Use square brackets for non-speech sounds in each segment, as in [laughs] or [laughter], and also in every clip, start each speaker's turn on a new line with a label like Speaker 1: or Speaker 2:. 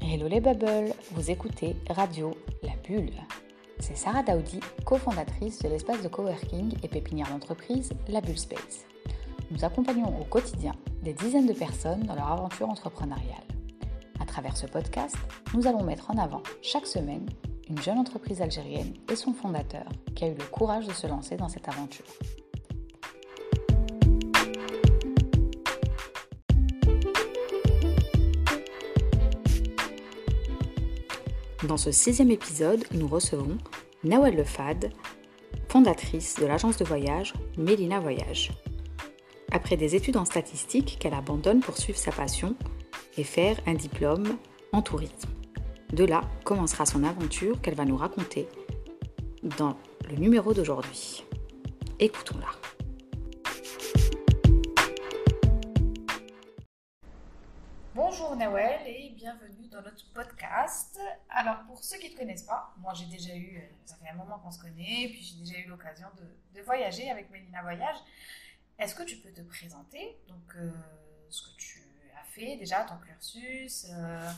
Speaker 1: Hello les bubbles, vous écoutez Radio La Bulle. C'est Sarah Daoudi, cofondatrice de l'espace de coworking et pépinière d'entreprise La Bulle Space. Nous accompagnons au quotidien des dizaines de personnes dans leur aventure entrepreneuriale. À travers ce podcast, nous allons mettre en avant chaque semaine une jeune entreprise algérienne et son fondateur qui a eu le courage de se lancer dans cette aventure. Dans ce sixième épisode, nous recevons Nawal Lefad, fondatrice de l'agence de voyage Mélina Voyage. Après des études en statistique qu'elle abandonne pour suivre sa passion et faire un diplôme en tourisme. De là commencera son aventure qu'elle va nous raconter dans le numéro d'aujourd'hui. Écoutons-la.
Speaker 2: Bonjour Nawel et bienvenue dans notre podcast. Alors pour ceux qui ne te connaissent pas, moi j'ai déjà eu, euh, ça fait un moment qu'on se connaît, puis j'ai déjà eu l'occasion de, de, voyager avec Mélina Voyage. Est-ce que tu peux te présenter Donc euh, ce que tu as fait déjà, ton cursus, euh,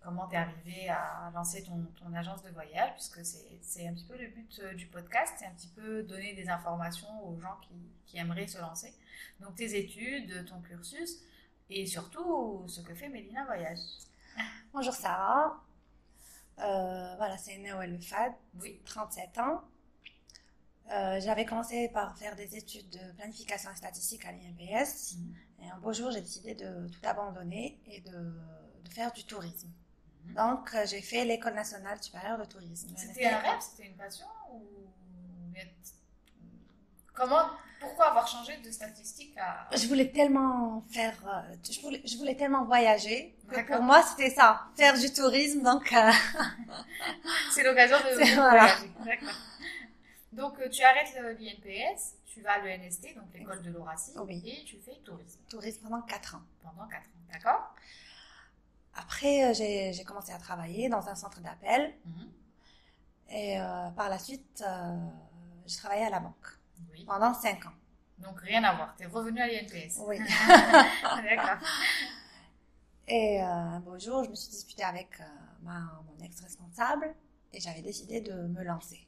Speaker 2: comment tu es arrivé à lancer ton, ton, agence de voyage, puisque c'est un petit peu le but euh, du podcast, c'est un petit peu donner des informations aux gens qui, qui aimeraient se lancer. Donc tes études, ton cursus et surtout ce que fait Mélina Voyage.
Speaker 3: Bonjour Sarah. Euh, voilà, c'est Nawal Fad, oui. 37 ans. Euh, J'avais commencé par faire des études de planification et statistique à l'IMPS. Mmh. Et un beau jour, j'ai décidé de tout abandonner et de, de faire du tourisme. Mmh. Donc, j'ai fait l'École nationale supérieure de tourisme.
Speaker 2: C'était un rêve C'était une passion ou... Comment pourquoi avoir changé de statistique [laughs] à...
Speaker 3: Je voulais tellement faire, euh, je voulais, je voulais tellement voyager que pour moi c'était ça, faire du tourisme. Donc euh... [laughs]
Speaker 2: c'est l'occasion de, de voilà. voyager. Donc euh, tu arrêtes l'INPS, tu vas à l'ENST, donc l'école de l'Oracie, Oh oui. et tu fais tourisme.
Speaker 3: Tourisme pendant 4 ans.
Speaker 2: Pendant 4 ans, d'accord.
Speaker 3: Après euh, j'ai commencé à travailler dans un centre d'appel mm
Speaker 2: Mhm.
Speaker 3: -hmm. et euh, par la suite euh, je travaillais à la banque. Oui. pendant 5 ans.
Speaker 2: Donc rien à voir, tu es revenu à l'INPS.
Speaker 3: [laughs] Oui.
Speaker 2: [laughs] D'accord.
Speaker 3: Et euh, un beau jour, je me suis disputée avec euh, ma, mon ex-responsable et j'avais décidé de me lancer.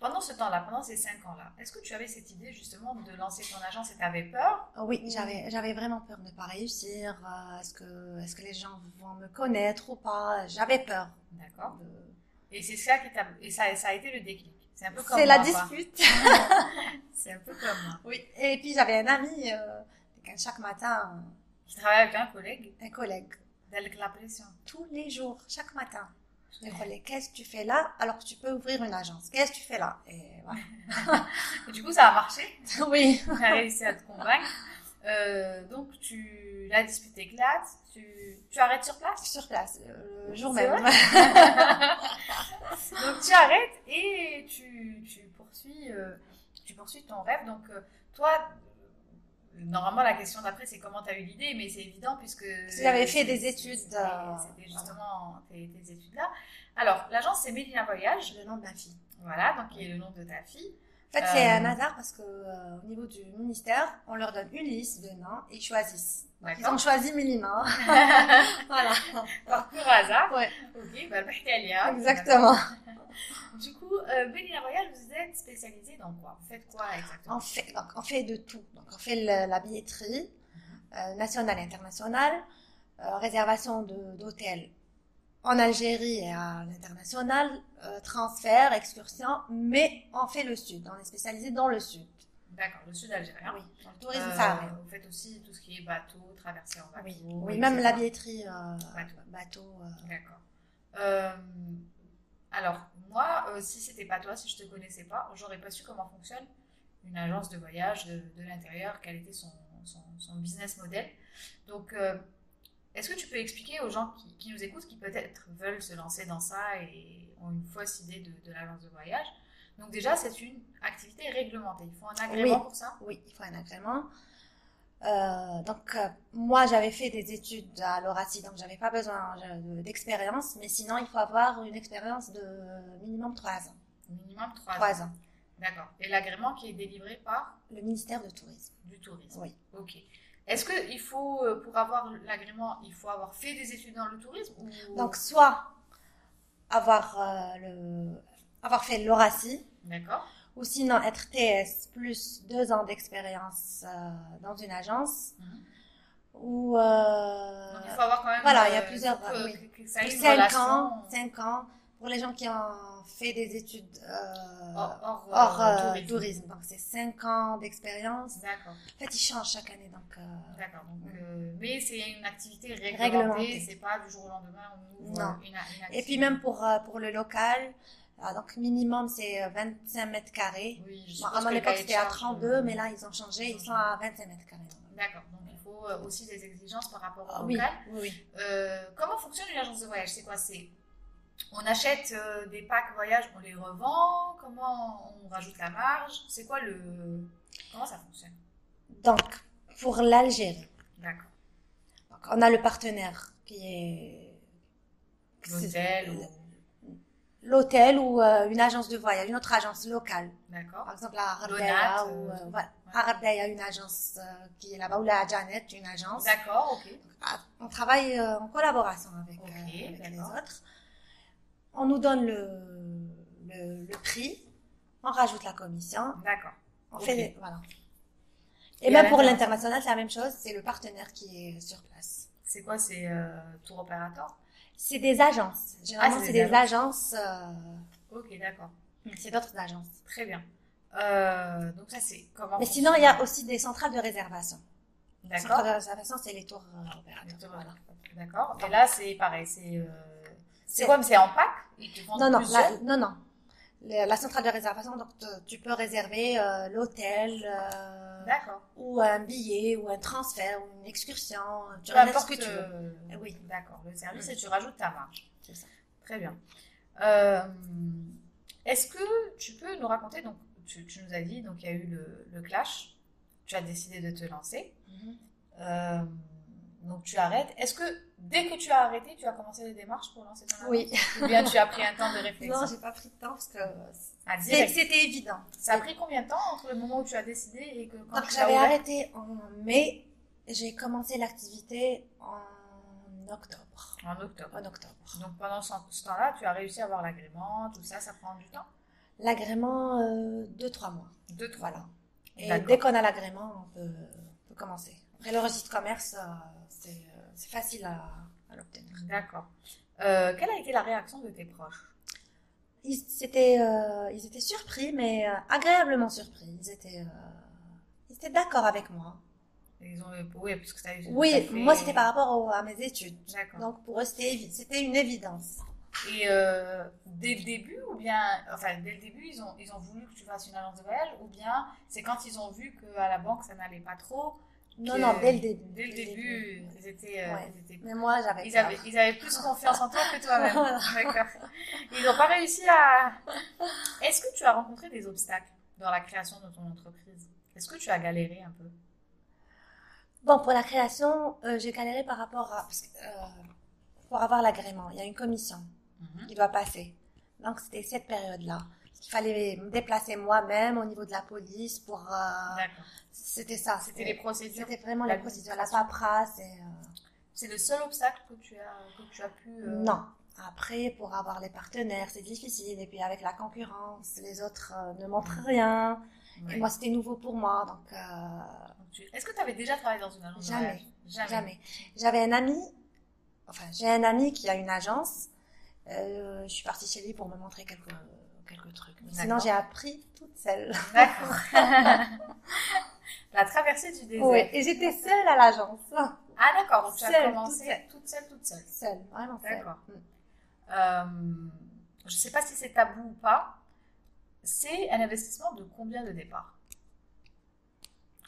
Speaker 2: Pendant ce temps-là, pendant ces 5 ans-là, est-ce que tu avais cette idée justement de lancer ton agence et tu avais peur
Speaker 3: Ah Oui, j'avais, j'avais vraiment peur de ne pas réussir. Euh, est-ce, que, est-ce que les gens vont me connaître ou pas J'avais peur.
Speaker 2: D'accord. De... Et c'est ça qui t'a... Et ça, ça a été le déclic c'est un peu comme
Speaker 3: C'est la dispute.
Speaker 2: c'est un peu comme moi.
Speaker 3: [laughs] Oui. Et puis j'avais un ami, euh, chaque matin.
Speaker 2: Qui travaillait avec un collègue.
Speaker 3: Un collègue.
Speaker 2: Avec la pression.
Speaker 3: Tous les jours, chaque matin. Je lui disais, qu'est-ce que tu fais là alors que tu peux ouvrir une agence Qu'est-ce que tu fais là Et voilà.
Speaker 2: Et du coup, ça a marché.
Speaker 3: [laughs] oui.
Speaker 2: Tu as réussi à te convaincre. Euh, donc, tu la dispute éclate. Tu, tu arrêtes sur place
Speaker 3: Sur place, euh, le jour même. [laughs]
Speaker 2: donc, tu arrêtes et tu, tu poursuis, euh, tu poursuis ton rêve. Donc, euh, toi, normalement, la question d'après, c'est comment tu as eu l'idée, mais c'est évident puisque.
Speaker 3: Tu avais fait des études. euh,
Speaker 2: C'était justement tes, tes études-là. Alors, l'agence, c'est Mélina Voyage.
Speaker 3: Le nom de ma fille.
Speaker 2: Voilà, donc qui est le nom de ta fille.
Speaker 3: En fait, c'est un hasard parce que euh, au niveau du ministère, on leur donne une liste de noms et ils choisissent. Donc, ils ont choisi [laughs] Mélina. voilà.
Speaker 2: Par pur hasard.
Speaker 3: Ouais.
Speaker 2: Ok, bah,
Speaker 3: Ah,
Speaker 2: Bahtalia.
Speaker 3: Exactement.
Speaker 2: du coup, euh, Mélina Royal, vous êtes spécialisée dans quoi Vous faites quoi exactement
Speaker 3: on fait, donc, on fait de tout. Donc, on fait le, la billetterie euh, nationale et internationale, euh, réservation d'hôtels en Algérie et à l'international, euh, transfert, excursion, mais on fait le sud, on est spécialisé dans le sud.
Speaker 2: D'accord, le sud algérien.
Speaker 3: Oui, dans le tourisme euh, ça
Speaker 2: Vous faites aussi tout ce qui est bateau, traversée en bateau.
Speaker 3: Oui, oui même la billetterie euh, bateau. bateau euh,
Speaker 2: D'accord. Euh, alors, moi, euh, si c'était pas toi, si je te connaissais pas, j'aurais pas su comment fonctionne une agence de voyage de, de l'intérieur, quel était son, son, son, business model. Donc, euh, est-ce que tu peux expliquer aux gens qui, qui nous écoutent, qui peut-être veulent se lancer dans ça et ont une fausse idée de, de l'agence de voyage Donc déjà, c'est une activité réglementée. Il faut un agrément
Speaker 3: oui,
Speaker 2: pour ça
Speaker 3: Oui, il faut un agrément. Euh, donc euh, moi, j'avais fait des études à l'ORACI, donc j'avais pas besoin euh, d'expérience, mais sinon, il faut avoir une expérience de minimum 3 ans.
Speaker 2: Minimum 3,
Speaker 3: 3 ans. ans.
Speaker 2: D'accord. Et l'agrément qui est délivré par
Speaker 3: Le ministère de Tourisme.
Speaker 2: Du Tourisme.
Speaker 3: Oui.
Speaker 2: Ok. Est-ce qu'il faut, euh, pour avoir l'agrément, il faut avoir fait des études dans le tourisme ou-
Speaker 3: Donc, soit avoir, euh, le, avoir fait l'ORACI,
Speaker 2: D'accord.
Speaker 3: ou sinon être TS plus deux ans d'expérience euh, dans une agence,
Speaker 2: Mhm.
Speaker 3: ou euh,
Speaker 2: Donc, il faut avoir quand même.
Speaker 3: voilà, il y a plusieurs-
Speaker 2: pour que-
Speaker 3: oui.
Speaker 2: que ça ait
Speaker 3: pour
Speaker 2: une
Speaker 3: cinq
Speaker 2: relation
Speaker 3: ans, cinq ans, pour les gens qui ont fait des études euh,
Speaker 2: hors, hors,
Speaker 3: hors
Speaker 2: euh,
Speaker 3: euh,
Speaker 2: tourisme.
Speaker 3: tourisme. Donc, c'est cinq ans d'expérience.
Speaker 2: D'accord.
Speaker 3: En fait, ils changent chaque année, donc... euh,
Speaker 2: D'accord. Donc, euh, mais c'est une activité
Speaker 3: Réglementée.
Speaker 2: réglementée, c'est pas du jour au lendemain on ouvre euh,
Speaker 3: Non.
Speaker 2: une, a- une activité.
Speaker 3: Et puis même pour, euh, pour le local, euh, donc minimum c'est euh, 25 mètres carrés.
Speaker 2: Oui, je
Speaker 3: Bon,
Speaker 2: suppose
Speaker 3: avant
Speaker 2: que le
Speaker 3: l'époque
Speaker 2: cahier de
Speaker 3: c'était à
Speaker 2: charge,
Speaker 3: 32,
Speaker 2: euh,
Speaker 3: mais là ils ont changé, ils sont à 25 mètres carrés.
Speaker 2: D'accord. Donc il faut euh, aussi des exigences par rapport
Speaker 3: Ah
Speaker 2: au
Speaker 3: oui,
Speaker 2: local.
Speaker 3: oui, oui.
Speaker 2: Euh, comment fonctionne une agence de voyage C'est quoi C'est on achète euh, des packs voyage, on les revend. Comment on rajoute la marge C'est quoi le Comment ça fonctionne
Speaker 3: Donc pour l'Algérie,
Speaker 2: D'accord.
Speaker 3: donc, on a le partenaire qui est
Speaker 2: L'hôtel
Speaker 3: c'est-
Speaker 2: ou
Speaker 3: l'hôtel ou euh, une agence de voyage, une autre agence locale.
Speaker 2: d'accord.
Speaker 3: Par exemple à
Speaker 2: L'ONAT,
Speaker 3: Arabdaya ou
Speaker 2: euh,
Speaker 3: euh, voilà.
Speaker 2: ouais.
Speaker 3: À Arabdaya, une agence euh, qui est là-bas ou la Janet, une agence.
Speaker 2: D'accord. Ok.
Speaker 3: Ah, On travaille euh, en collaboration avec,
Speaker 2: Ok,
Speaker 3: euh, avec les
Speaker 2: d'accord.
Speaker 3: autres. On nous donne le, le, le prix, on rajoute la commission,
Speaker 2: D'accord.
Speaker 3: on
Speaker 2: Ok.
Speaker 3: fait des- voilà. Et,
Speaker 2: Et à
Speaker 3: même pour
Speaker 2: l'international
Speaker 3: l'international, c'est la même chose, c'est le partenaire qui est sur place.
Speaker 2: C'est quoi C'est euh, tour opérateur
Speaker 3: C'est des agences. Généralement,
Speaker 2: Ah, c'est
Speaker 3: c'est
Speaker 2: des
Speaker 3: des agences, euh,
Speaker 2: Ok. D'accord.
Speaker 3: c'est d'autres agences.
Speaker 2: Très bien. Euh, donc ça c'est comment
Speaker 3: Mais sinon, il y a aussi des centrales de réservation. Les centrales
Speaker 2: D'accord.
Speaker 3: de réservation, c'est les tours euh, opérateurs. Voilà.
Speaker 2: D'accord. Et là c'est pareil. C'est euh, c'est
Speaker 3: C'est-
Speaker 2: quoi mais C'est en pack Ils te vendent
Speaker 3: Non, non,
Speaker 2: plusieurs
Speaker 3: la, non, non. Le- la centrale de réservation, donc te- tu peux réserver euh, l'hôtel euh,
Speaker 2: D'accord.
Speaker 3: ou un billet ou un transfert ou une excursion. Tu
Speaker 2: Peu
Speaker 3: réserves ce
Speaker 2: importe.
Speaker 3: Bah, que tu veux.
Speaker 2: euh,
Speaker 3: Eh oui.
Speaker 2: D'accord. Le service
Speaker 3: Mm.
Speaker 2: et tu rajoutes ta marge.
Speaker 3: C'est ça.
Speaker 2: Très bien. Euh, Est-ce que tu peux nous raconter donc tu, tu nous as dit donc il y a eu le, le clash. Tu as décidé de te lancer.
Speaker 3: Mhm.
Speaker 2: Euh, donc tu arrêtes. Est-ce que dès que tu as arrêté, tu as commencé les démarches pour lancer ton agence
Speaker 3: Oui.
Speaker 2: Ou bien tu as pris un temps de réflexion
Speaker 3: [laughs] Non, j'ai pas pris de temps parce que
Speaker 2: Ah,
Speaker 3: c'est-
Speaker 2: direct.
Speaker 3: c'était évident.
Speaker 2: Ça a pris combien de temps entre le moment où tu as décidé et que quand
Speaker 3: Donc
Speaker 2: tu l'as
Speaker 3: j'avais
Speaker 2: ouvert
Speaker 3: arrêté en mai, j'ai commencé l'activité en octobre.
Speaker 2: En octobre.
Speaker 3: En octobre.
Speaker 2: Donc pendant ce ce temps-là, tu as réussi à avoir l'agrément, tout ça, ça prend du temps.
Speaker 3: L'agrément, euh, deux, trois mois.
Speaker 2: Deux, trois.
Speaker 3: Voilà. Et
Speaker 2: D'accord.
Speaker 3: dès qu'on a l'agrément, on peut, on peut commencer. Après, le registre de commerce, euh, c'est euh, c'est facile à, à l'obtenir.
Speaker 2: D'accord. Euh, quelle a été la réaction de tes proches
Speaker 3: Ils, c'était, euh, ils étaient surpris, mais euh, agréablement surpris. Ils étaient, euh, ils étaient d'accord avec moi.
Speaker 2: Ils ont oui parce que ça. ça
Speaker 3: Oui,
Speaker 2: fait-
Speaker 3: moi, c'était par rapport au- à mes études.
Speaker 2: D'accord.
Speaker 3: Donc, pour eux, c'était évi- c'était une évidence.
Speaker 2: Et euh, dès le début ou bien enfin dès le début ils ont ils ont voulu que tu fasses une agence de voyage ou bien c'est quand ils ont vu que à la banque ça n'allait pas trop.
Speaker 3: Non,
Speaker 2: que-
Speaker 3: non, dès le début.
Speaker 2: Dès le début ils étaient, euh,
Speaker 3: Ouais.
Speaker 2: ils étaient-
Speaker 3: Mais moi, j'avais
Speaker 2: ils
Speaker 3: peur.
Speaker 2: avaient ils avaient plus confiance en toi
Speaker 3: [laughs]
Speaker 2: que toi-même.
Speaker 3: Voilà.
Speaker 2: D'accord. Ils n'ont pas réussi
Speaker 3: [laughs]
Speaker 2: à. Est-ce que tu as rencontré des obstacles dans la création de ton entreprise Est-ce que tu as galéré un peu
Speaker 3: Bon, pour la création, euh, j'ai galéré par rapport à... parce que, euh, pour avoir l'agrément, il y a une commission.
Speaker 2: Mhm.
Speaker 3: qui doit passer. Donc, c'était cette période-là. Il fallait me déplacer moi-même au niveau de la police pour. euh,
Speaker 2: D'accord.
Speaker 3: c'était ça.
Speaker 2: C'était les procédures.
Speaker 3: C'était vraiment
Speaker 2: la
Speaker 3: les procédures, la paperasse. et, euh,
Speaker 2: C'est le seul obstacle que tu as, que tu as pu. euh,
Speaker 3: Non. Après, pour avoir les partenaires, c'est difficile. Et puis, avec la concurrence, les autres euh, ne montrent rien.
Speaker 2: ouais.
Speaker 3: Et moi, c'était nouveau pour moi. Donc, euh,
Speaker 2: Donc, tu- Est-ce que tu avais déjà travaillé dans une agence de
Speaker 3: Jamais.
Speaker 2: voyage Jamais.
Speaker 3: Jamais. J'avais un ami, enfin, j'ai un ami qui a une agence. Euh, je suis partie chez lui pour me montrer quelques, quelques trucs. Mais sinon,
Speaker 2: D'accord.
Speaker 3: j'ai appris toute seule.
Speaker 2: D'accord. [laughs] la traversée du désert.
Speaker 3: Oui, et j'étais seule à l'agence.
Speaker 2: Ah d'accord. Donc tu as
Speaker 3: Seule,
Speaker 2: commencé
Speaker 3: toute
Speaker 2: toute seule,
Speaker 3: seule.
Speaker 2: toute seule.
Speaker 3: Seule, vraiment seule.
Speaker 2: D'accord.
Speaker 3: Mm.
Speaker 2: Euh, je sais pas si c'est tabou ou pas. C'est un investissement de combien de départ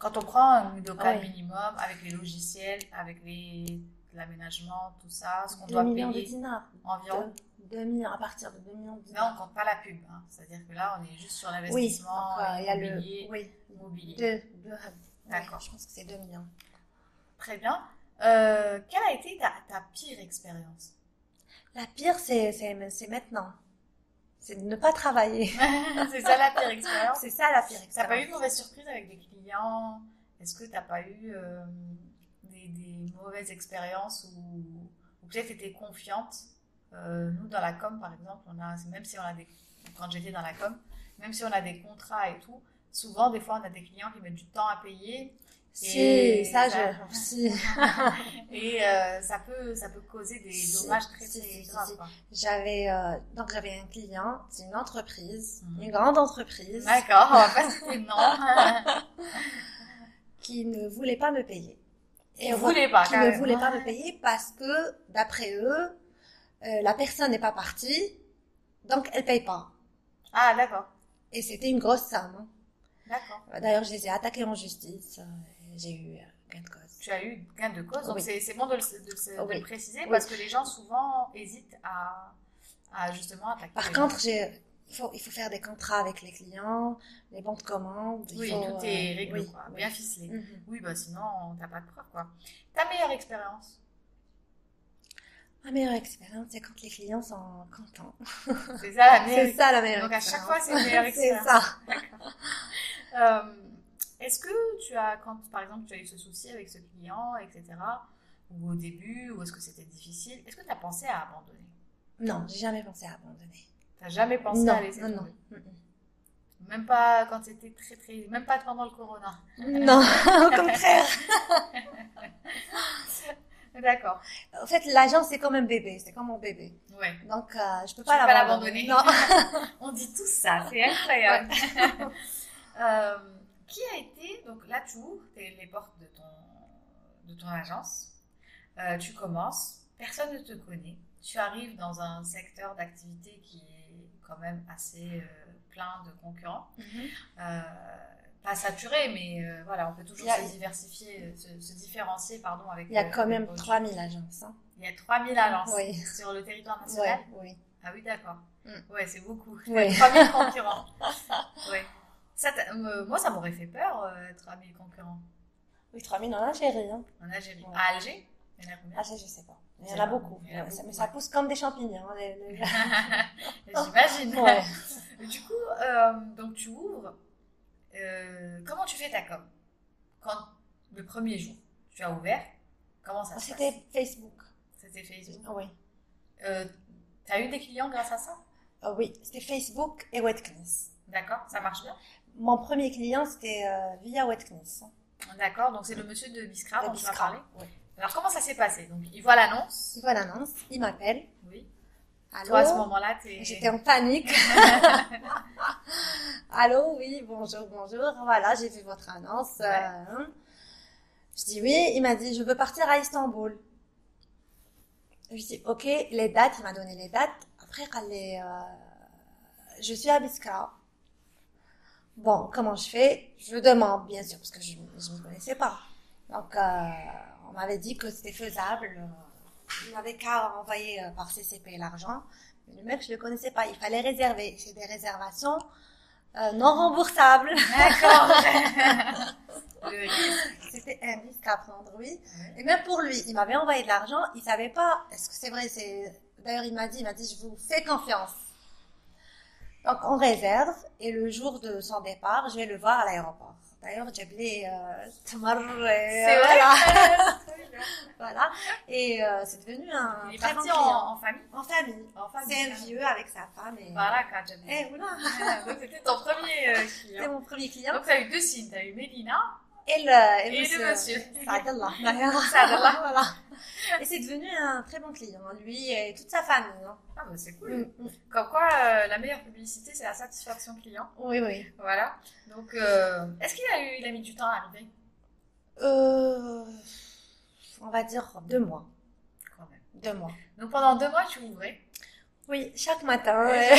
Speaker 2: Quand on prend une local
Speaker 3: Oui.
Speaker 2: minimum avec les logiciels, avec les l'aménagement, tout ça, ce qu'on
Speaker 3: 2
Speaker 2: doit
Speaker 3: millions de
Speaker 2: payer
Speaker 3: dinars.
Speaker 2: environ.
Speaker 3: 2 millions, à partir de 2 millions de
Speaker 2: Là, on
Speaker 3: dinars.
Speaker 2: compte pas la pub. hein. C'est-à-dire que là, on est juste sur
Speaker 3: oui,
Speaker 2: l'investissement
Speaker 3: donc, euh, il y a
Speaker 2: immobilier.
Speaker 3: le. Oui,
Speaker 2: immobilier.
Speaker 3: 2.
Speaker 2: D'accord.
Speaker 3: je pense que c'est 2 millions.
Speaker 2: Très bien. Euh, quelle a été ta, ta pire expérience [laughs]
Speaker 3: La pire, c'est c'est- c'est maintenant. C'est de ne pas travailler.
Speaker 2: C'est ça la pire expérience
Speaker 3: [laughs] C'est ça la pire
Speaker 2: T'as pas eu
Speaker 3: expérience.
Speaker 2: de mauvaise surprise avec des clients Est-ce que t'as pas eu euh, des, des mauvaises expériences ou, ou peut-être t'étais confiante Euh, Nous, dans la com, par exemple, on a, même si on a des, quand j'étais dans la com, même si on a des contrats et tout, souvent, des fois, on a des clients qui mettent du temps à payer.
Speaker 3: Si, ça,
Speaker 2: ça-
Speaker 3: je. Si.
Speaker 2: Et euh, ça peut, ça peut causer des
Speaker 3: Si,
Speaker 2: dommages très,
Speaker 3: si,
Speaker 2: très
Speaker 3: si, si,
Speaker 2: graves.
Speaker 3: si.
Speaker 2: quoi.
Speaker 3: J'avais euh, donc j'avais un client, c'est une entreprise,
Speaker 2: Mhm.
Speaker 3: une grande entreprise,
Speaker 2: D'accord, on va pas citer de
Speaker 3: [laughs]
Speaker 2: nom.
Speaker 3: qui ne voulait pas me payer.
Speaker 2: Qui voulait pas,
Speaker 3: qui ne
Speaker 2: carrément.
Speaker 3: voulait pas me payer parce que d'après eux, euh, la personne n'est pas partie, donc elle paye pas.
Speaker 2: Ah, d'accord,
Speaker 3: Et c'était une grosse somme. hein.
Speaker 2: d'accord.
Speaker 3: D'ailleurs, je les ai attaqués en justice. euh, et J'ai eu euh, gain de cause.
Speaker 2: Tu as eu gain de cause, donc
Speaker 3: Oui.
Speaker 2: c'est- c'est bon de le, de le- de le
Speaker 3: Oui.
Speaker 2: préciser
Speaker 3: Oui.
Speaker 2: parce que les gens souvent hésitent à, à justement attaquer.
Speaker 3: Par
Speaker 2: les
Speaker 3: contre,
Speaker 2: gens.
Speaker 3: j'ai, il faut, il faut faire des contrats avec les clients, les bons de commande. il
Speaker 2: oui,
Speaker 3: faut,
Speaker 2: tout est
Speaker 3: euh,
Speaker 2: réglé,
Speaker 3: oui,
Speaker 2: quoi,
Speaker 3: oui.
Speaker 2: bien ficelé.
Speaker 3: Mhm.
Speaker 2: Oui, bah sinon, t'as pas de preuve, quoi. Ta meilleure expérience,
Speaker 3: Ma meilleure expérience, c'est quand les clients sont contents.
Speaker 2: c'est ça la meilleure
Speaker 3: [laughs] C'est ça la meilleure
Speaker 2: Ah, Donc à chaque
Speaker 3: expérience.
Speaker 2: fois, c'est une meilleure
Speaker 3: [laughs] C'est
Speaker 2: expérience.
Speaker 3: ça.
Speaker 2: Euh, Est-ce que tu as, quand par exemple tu as eu ce souci avec ce client, etc., ou au début, ou est-ce que c'était difficile, est-ce que tu as pensé à abandonner
Speaker 3: Non, j'ai jamais pensé à abandonner.
Speaker 2: Tu jamais pensé
Speaker 3: non,
Speaker 2: à laisser
Speaker 3: non, non.
Speaker 2: tomber
Speaker 3: Mm-mm.
Speaker 2: Même pas quand c'était très très. Même pas pendant le corona.
Speaker 3: Non, [laughs] au contraire.
Speaker 2: D'accord.
Speaker 3: En fait, l'agence, c'est comme un bébé, c'est comme mon bébé.
Speaker 2: Ouais.
Speaker 3: Donc, euh, je
Speaker 2: Tu
Speaker 3: peux
Speaker 2: peux
Speaker 3: pas
Speaker 2: pas
Speaker 3: l'abandonner.
Speaker 2: l'abandonner.
Speaker 3: Non.
Speaker 2: [laughs] On dit tout ça, c'est incroyable.
Speaker 3: [laughs]
Speaker 2: Euh, qui a été, donc là tu ouvres tes- les portes de ton, de ton agence, Euh, tu commences, personne ne te connaît, tu arrives dans un secteur d'activité qui est quand même assez euh, plein de concurrents, Euh, pas saturé, mais euh, voilà, on peut toujours
Speaker 3: Il y a-
Speaker 2: se diversifier, euh, se, se différencier, pardon, avec...
Speaker 3: Il y a
Speaker 2: euh,
Speaker 3: quand
Speaker 2: avec
Speaker 3: même
Speaker 2: autre-
Speaker 3: 3000 agences. hein.
Speaker 2: Il y a 3000 agences
Speaker 3: Oui.
Speaker 2: sur le territoire national.
Speaker 3: Ouais, oui.
Speaker 2: Ah oui, d'accord.
Speaker 3: Mm.
Speaker 2: Ouais, c'est beaucoup. [laughs]
Speaker 3: Ouais.
Speaker 2: 3000
Speaker 3: [laughs]
Speaker 2: concurrents. Ouais. Ça t'a- euh, moi, ça m'aurait fait peur, euh, 3000 concurrents.
Speaker 3: Oui, 3000 en Algérie. Hein.
Speaker 2: En Algérie.
Speaker 3: Ouais.
Speaker 2: À Alger Il y en a combien
Speaker 3: Ah, ça, je sais pas. Il y
Speaker 2: C'est
Speaker 3: en a
Speaker 2: vrai,
Speaker 3: beaucoup.
Speaker 2: il y en a
Speaker 3: Ouais, ça-
Speaker 2: beaucoup,
Speaker 3: mais ça
Speaker 2: ouais.
Speaker 3: pousse comme des champignons. hein, les- les-
Speaker 2: [laughs] J'imagine.
Speaker 3: Ah, [laughs] Ouais.
Speaker 2: Du coup, euh, donc tu ouvres. Euh, comment tu fais ta com Quand le premier jour, tu as ouvert, comment ça se
Speaker 3: Ah, C'était
Speaker 2: passe
Speaker 3: Facebook.
Speaker 2: C'était Facebook.
Speaker 3: Oui.
Speaker 2: Euh, T'as eu des clients grâce à ça
Speaker 3: Ah oui, c'était Facebook et Wetkins.
Speaker 2: D'accord, ça marche bien.
Speaker 3: Mon premier client, c'était euh, via Wetkins.
Speaker 2: D'accord, donc c'est le monsieur de Biscra
Speaker 3: La
Speaker 2: dont tu m'as
Speaker 3: Biscra.
Speaker 2: parlé.
Speaker 3: Ouais.
Speaker 2: Alors comment ça s'est passé Donc il voit l'annonce.
Speaker 3: Il voit l'annonce, il m'appelle.
Speaker 2: Oui.
Speaker 3: Allô
Speaker 2: Toi à ce moment-là, t'es.
Speaker 3: J'étais
Speaker 2: [laughs]
Speaker 3: en panique. Allô, oui, bonjour, bonjour. Voilà, j'ai vu votre annonce.
Speaker 2: Ouais.
Speaker 3: euh, hein. je dis oui. Il m'a dit, je veux partir à Istanbul. Je dis, ok, les dates. Il m'a donné les dates. Après, elle est, euh, je suis à Biskra. Bon, comment je fais? Je demande, bien sûr, parce que je ne me connaissais pas. Donc, euh, on m'avait dit que c'était faisable. euh, Il n'avait qu'à envoyer euh, par CCP l'argent. Mais le mec, je le connaissais pas. Il fallait réserver. C'est des réservations euh, non remboursables. [laughs]
Speaker 2: D'accord. Le risque.
Speaker 3: C'était un risque à prendre, oui.
Speaker 2: Ouais.
Speaker 3: Et même pour lui, il m'avait envoyé de l'argent. Il savait pas. Est-ce que c'est vrai C'est d'ailleurs, il m'a dit, il m'a dit, je vous fais confiance. Donc on réserve et le jour de son départ, je vais le voir à l'aéroport. D'ailleurs, j'ai appelé euh, Tamar, et,
Speaker 2: C'est
Speaker 3: euh,
Speaker 2: vrai.
Speaker 3: voilà,
Speaker 2: Très bien.
Speaker 3: voilà. Et euh, c'est devenu un
Speaker 2: Il est
Speaker 3: très bon
Speaker 2: parti en,
Speaker 3: client.
Speaker 2: en famille.
Speaker 3: En famille.
Speaker 2: En famille.
Speaker 3: C'est un vieux Eh avec sa femme et.
Speaker 2: Voilà, quand j'avais-
Speaker 3: Et voilà.
Speaker 2: Ah, Donc c'était ton premier euh,
Speaker 3: C'était
Speaker 2: client.
Speaker 3: mon Eh premier client.
Speaker 2: Donc t'as eu deux signes. T'as eu Mélina.
Speaker 3: Et le,
Speaker 2: Et le monsieur.
Speaker 3: Saadallah, [laughs] d'ailleurs.
Speaker 2: Saadallah.
Speaker 3: Voilà. Et c'est devenu un très bon client, hein, lui et toute sa famille. hein.
Speaker 2: Ah bah c'est cool.
Speaker 3: Mm, mm.
Speaker 2: Comme quoi, euh, la meilleure publicité, c'est la satisfaction client.
Speaker 3: Oui, oui.
Speaker 2: Voilà. Donc euh, est-ce qu'il a eu, il a mis du temps à arriver
Speaker 3: Euh, on va dire deux mois.
Speaker 2: quand même.
Speaker 3: Deux mois.
Speaker 2: Donc pendant deux mois, tu ouvrais.
Speaker 3: Oui, chaque matin.
Speaker 2: Ouais.
Speaker 3: [laughs] ouais.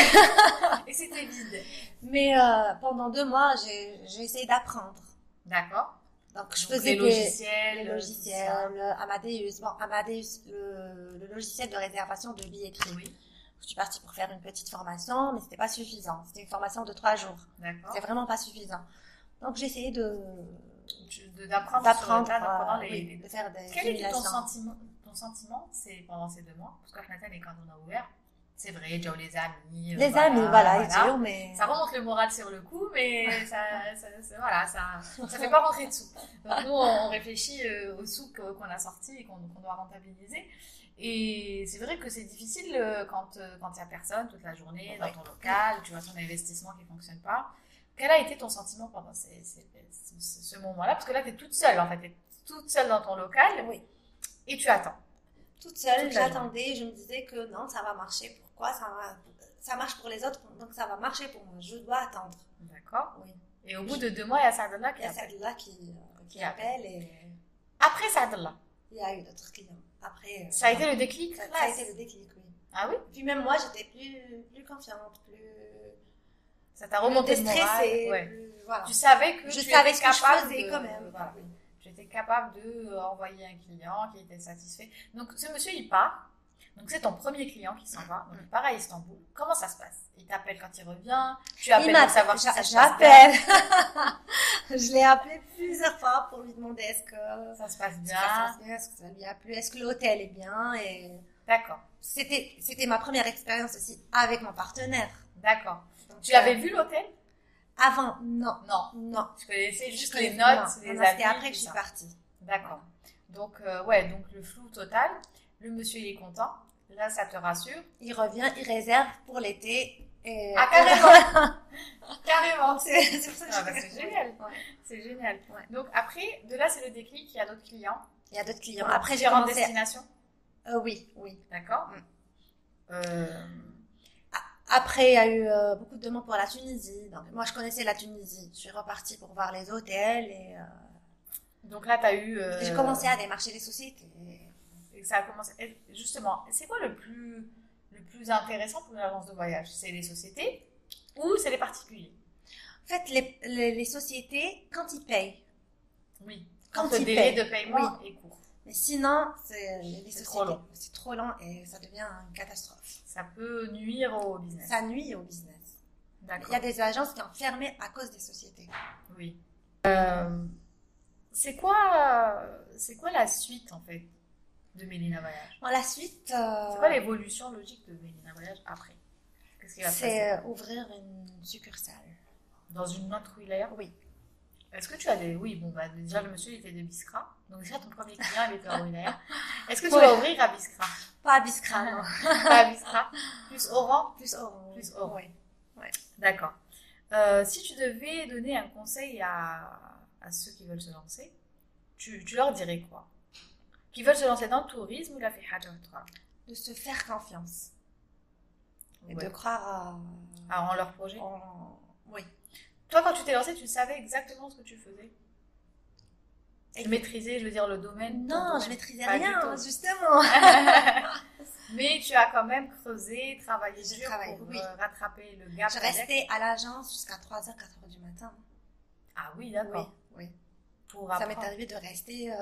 Speaker 2: Et c'était vide.
Speaker 3: Mais euh, pendant deux mois, j'ai j'ai essayé d'apprendre.
Speaker 2: D'accord.
Speaker 3: Donc, je
Speaker 2: Donc,
Speaker 3: faisais
Speaker 2: les
Speaker 3: des
Speaker 2: logiciels.
Speaker 3: les
Speaker 2: euh,
Speaker 3: logiciels, Amadeus. Bon, Amadeus, le, le logiciel de réservation de
Speaker 2: ça.
Speaker 3: billetterie.
Speaker 2: Oui.
Speaker 3: Je suis partie pour faire une petite formation, mais c'était pas suffisant. C'était une formation de trois jours.
Speaker 2: D'accord.
Speaker 3: C'est vraiment pas suffisant. Donc j'ai essayé de
Speaker 2: Tu- de- D'apprendre sur le
Speaker 3: d'apprendre,
Speaker 2: tas, donc, pendant
Speaker 3: euh,
Speaker 2: les-
Speaker 3: oui,
Speaker 2: les
Speaker 3: de faire des
Speaker 2: Quel était ton
Speaker 3: simulations.
Speaker 2: sentiment, ton sentiment c'est pendant ces deux mois Parce que Nathan et quand on a ouvert, C'est vrai, Joe, les amis. euh,
Speaker 3: Les amis, voilà, ils durent, mais.
Speaker 2: Ça remonte le moral sur le coup, mais ça, ça, ça- voilà, ça, ça fait pas rentrer dessous. Donc nous, on on réfléchit euh, au souk euh, qu'on a sorti et qu'on qu'on doit rentabiliser. Et c'est vrai que c'est difficile euh, quand euh, quand il y a personne toute la journée dans
Speaker 3: Ouais.
Speaker 2: ton local, tu vois ton investissement qui fonctionne pas. Quel a été ton sentiment pendant ces- ces- ces- ce, ce moment-là Parce que là, tu es toute seule, en fait. Tu es toute seule dans ton local
Speaker 3: euh, Oui.
Speaker 2: et tu attends.
Speaker 3: Toute seule,
Speaker 2: Toute la
Speaker 3: j'attendais, je me disais que non, ça va marcher. Pourquoi ça, va... ça marche pour les autres, donc ça va marcher pour moi. Je dois attendre.
Speaker 2: D'accord
Speaker 3: Oui.
Speaker 2: Et au bout de deux mois, il y a Sardana
Speaker 3: Il
Speaker 2: qui
Speaker 3: y a
Speaker 2: appelle.
Speaker 3: celle-là qui, euh, qui
Speaker 2: Qui appelle.
Speaker 3: appelle et
Speaker 2: Après Sardana,
Speaker 3: il y a eu d'autres clients. Après, euh,
Speaker 2: ça a été le déclic
Speaker 3: ça- ça a
Speaker 2: classe.
Speaker 3: été le déclic, oui.
Speaker 2: Ah oui
Speaker 3: Puis même moi, j'étais plus, plus confiante, plus.
Speaker 2: Ça t'a remonté le moral.
Speaker 3: stressée.
Speaker 2: ouais.
Speaker 3: plus- voilà.
Speaker 2: Tu savais que
Speaker 3: Je
Speaker 2: tu
Speaker 3: savais
Speaker 2: étais
Speaker 3: ce que je
Speaker 2: capable
Speaker 3: faisais
Speaker 2: de-
Speaker 3: quand même.
Speaker 2: voilà. Tu étais capable de euh, envoyer un client qui était satisfait. Donc ce monsieur, il part. Donc c'est ton premier client qui s'en va.
Speaker 3: Mm.
Speaker 2: Donc il part à Istanbul. Comment ça se passe Il t'appelle quand il revient. Tu
Speaker 3: Il
Speaker 2: appelles
Speaker 3: m'appelle,
Speaker 2: pour savoir si
Speaker 3: j'a-
Speaker 2: ça se passe bien.
Speaker 3: J'appelle. [laughs] je l'ai appelé plusieurs fois pour lui demander est-ce que
Speaker 2: Ça se passe
Speaker 3: est-ce que ça
Speaker 2: bien.
Speaker 3: se passe bien, est-ce que ça lui a plu, est-ce que l'hôtel est bien. Et
Speaker 2: D'accord.
Speaker 3: c'était c'était ma première expérience aussi avec mon partenaire.
Speaker 2: D'accord.
Speaker 3: Donc,
Speaker 2: Tu
Speaker 3: euh,
Speaker 2: l'avais vu l'hôtel
Speaker 3: Avant, non,
Speaker 2: Non.
Speaker 3: non.
Speaker 2: Tu connaissais juste
Speaker 3: Je
Speaker 2: les
Speaker 3: connais-
Speaker 2: notes,
Speaker 3: non,
Speaker 2: les
Speaker 3: non,
Speaker 2: avis,
Speaker 3: C'était après
Speaker 2: tout
Speaker 3: que je suis
Speaker 2: ça.
Speaker 3: partie.
Speaker 2: D'accord. Donc euh, ouais, donc le flou total. Le monsieur, il est content. Là, ça te rassure.
Speaker 3: Il revient, il réserve pour l'été. Et...
Speaker 2: Ah, carrément Carrément
Speaker 3: C'est [laughs] c'est pour ça que
Speaker 2: Ah,
Speaker 3: je-
Speaker 2: bah,
Speaker 3: [laughs]
Speaker 2: c'est génial.
Speaker 3: Ouais.
Speaker 2: C'est génial.
Speaker 3: Ouais.
Speaker 2: Donc après, de là, c'est le déclic, il y a d'autres clients.
Speaker 3: Il y a d'autres clients. Après, j'ai
Speaker 2: différentes
Speaker 3: commencé.
Speaker 2: destinations.
Speaker 3: Euh, oui, oui.
Speaker 2: D'accord
Speaker 3: Mm.
Speaker 2: Euh,
Speaker 3: Après, il y a eu euh, beaucoup de demandes pour la Tunisie. Donc, moi, je connaissais la Tunisie. Je suis repartie pour voir les hôtels et euh,
Speaker 2: Donc là, tu as eu... euh,
Speaker 3: j'ai commencé à démarcher les sociétés.
Speaker 2: et ça a commencé... et Justement, c'est quoi le plus, le plus intéressant pour une agence de voyage C'est les sociétés ou c'est les particuliers
Speaker 3: En fait, les, les, les sociétés, quand ils payent.
Speaker 2: Oui.
Speaker 3: Quand
Speaker 2: Quand le
Speaker 3: ils
Speaker 2: délai
Speaker 3: payent.
Speaker 2: de paiement est court.
Speaker 3: Mais sinon, c'est les
Speaker 2: C'est
Speaker 3: sociétés.
Speaker 2: trop long.
Speaker 3: C'est trop long et ça devient une catastrophe.
Speaker 2: Ça peut nuire au business.
Speaker 3: Ça nuit au business. Il
Speaker 2: D'accord.
Speaker 3: y a des agences qui ont fermé à cause des sociétés.
Speaker 2: Oui. Euh, c'est quoi, c'est quoi la suite en fait de Mélina Voyage
Speaker 3: Bon, la suite, euh,
Speaker 2: C'est quoi l'évolution logique de Mélina Voyage après Qu'est-ce qui va se passer
Speaker 3: c'est euh, ouvrir une succursale.
Speaker 2: dans une autre wilaya
Speaker 3: Oui.
Speaker 2: Est-ce que tu as des oui bon bah déjà le monsieur il était de Biskra donc déjà ton premier client il était en wilaya. Est-ce que tu
Speaker 3: Ouais.
Speaker 2: vas ouvrir à Biskra
Speaker 3: Pas à Biskra, non.
Speaker 2: [laughs] Pas à Biskra plus Oran
Speaker 3: Plus orange.
Speaker 2: Ah, Plus orange.
Speaker 3: Ouais.
Speaker 2: D'accord. Euh, si tu devais donner un conseil à, à ceux qui veulent se lancer, tu, tu leur dirais quoi Qui veulent se lancer dans le tourisme ou la fihadja
Speaker 3: De se faire confiance et de
Speaker 2: ouais.
Speaker 3: croire
Speaker 2: Ah, en leur projet
Speaker 3: à. en- Oui.
Speaker 2: Toi, quand tu t'es lancé, tu savais exactement ce que tu faisais Tu
Speaker 3: Et-
Speaker 2: maîtrisais, je veux dire, le domaine ton
Speaker 3: Non, je
Speaker 2: domaine.
Speaker 3: maîtrisais
Speaker 2: Pas
Speaker 3: rien,
Speaker 2: du tout. Ah,
Speaker 3: justement.
Speaker 2: Mais tu as quand même creusé, travaillé
Speaker 3: J'ai
Speaker 2: dur
Speaker 3: travaillé,
Speaker 2: pour
Speaker 3: oui.
Speaker 2: euh, rattraper le gap.
Speaker 3: Je
Speaker 2: avec-
Speaker 3: restais à l'agence jusqu'à 3h, 4h du matin.
Speaker 2: Ah oui, d'accord.
Speaker 3: Oui, oui.
Speaker 2: Pour
Speaker 3: Ça m'est
Speaker 2: apprendre.
Speaker 3: arrivé de rester euh,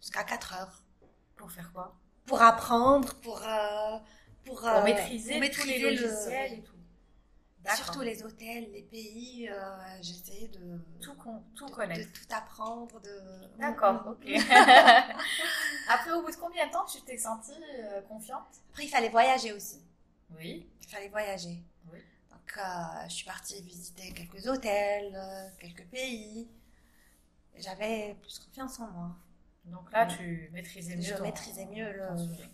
Speaker 3: jusqu'à 4h.
Speaker 2: Pour faire quoi
Speaker 3: Pour apprendre, pour. euh, pour,
Speaker 2: Pour
Speaker 3: euh,
Speaker 2: maîtriser, tous les
Speaker 3: pour maîtriser le-
Speaker 2: logiciels et tout. D'accord.
Speaker 3: Surtout les hôtels, les pays, euh, j'essayais de,
Speaker 2: Tout, con- tout
Speaker 3: de-
Speaker 2: connaître.
Speaker 3: de tout apprendre. De...
Speaker 2: D'accord,
Speaker 3: Mm, mm.
Speaker 2: ok. [laughs] Après, au bout de combien de temps tu t'es sentie euh, confiante
Speaker 3: Après, il fallait voyager aussi.
Speaker 2: Oui.
Speaker 3: Il fallait voyager.
Speaker 2: Oui.
Speaker 3: Donc, euh, je suis partie visiter quelques hôtels, euh, quelques pays. Et J'avais plus confiance en moi.
Speaker 2: Donc là,
Speaker 3: Oui.
Speaker 2: tu maîtrisais mieux
Speaker 3: Je
Speaker 2: ton-
Speaker 3: maîtrisais mieux le.
Speaker 2: ton sujet.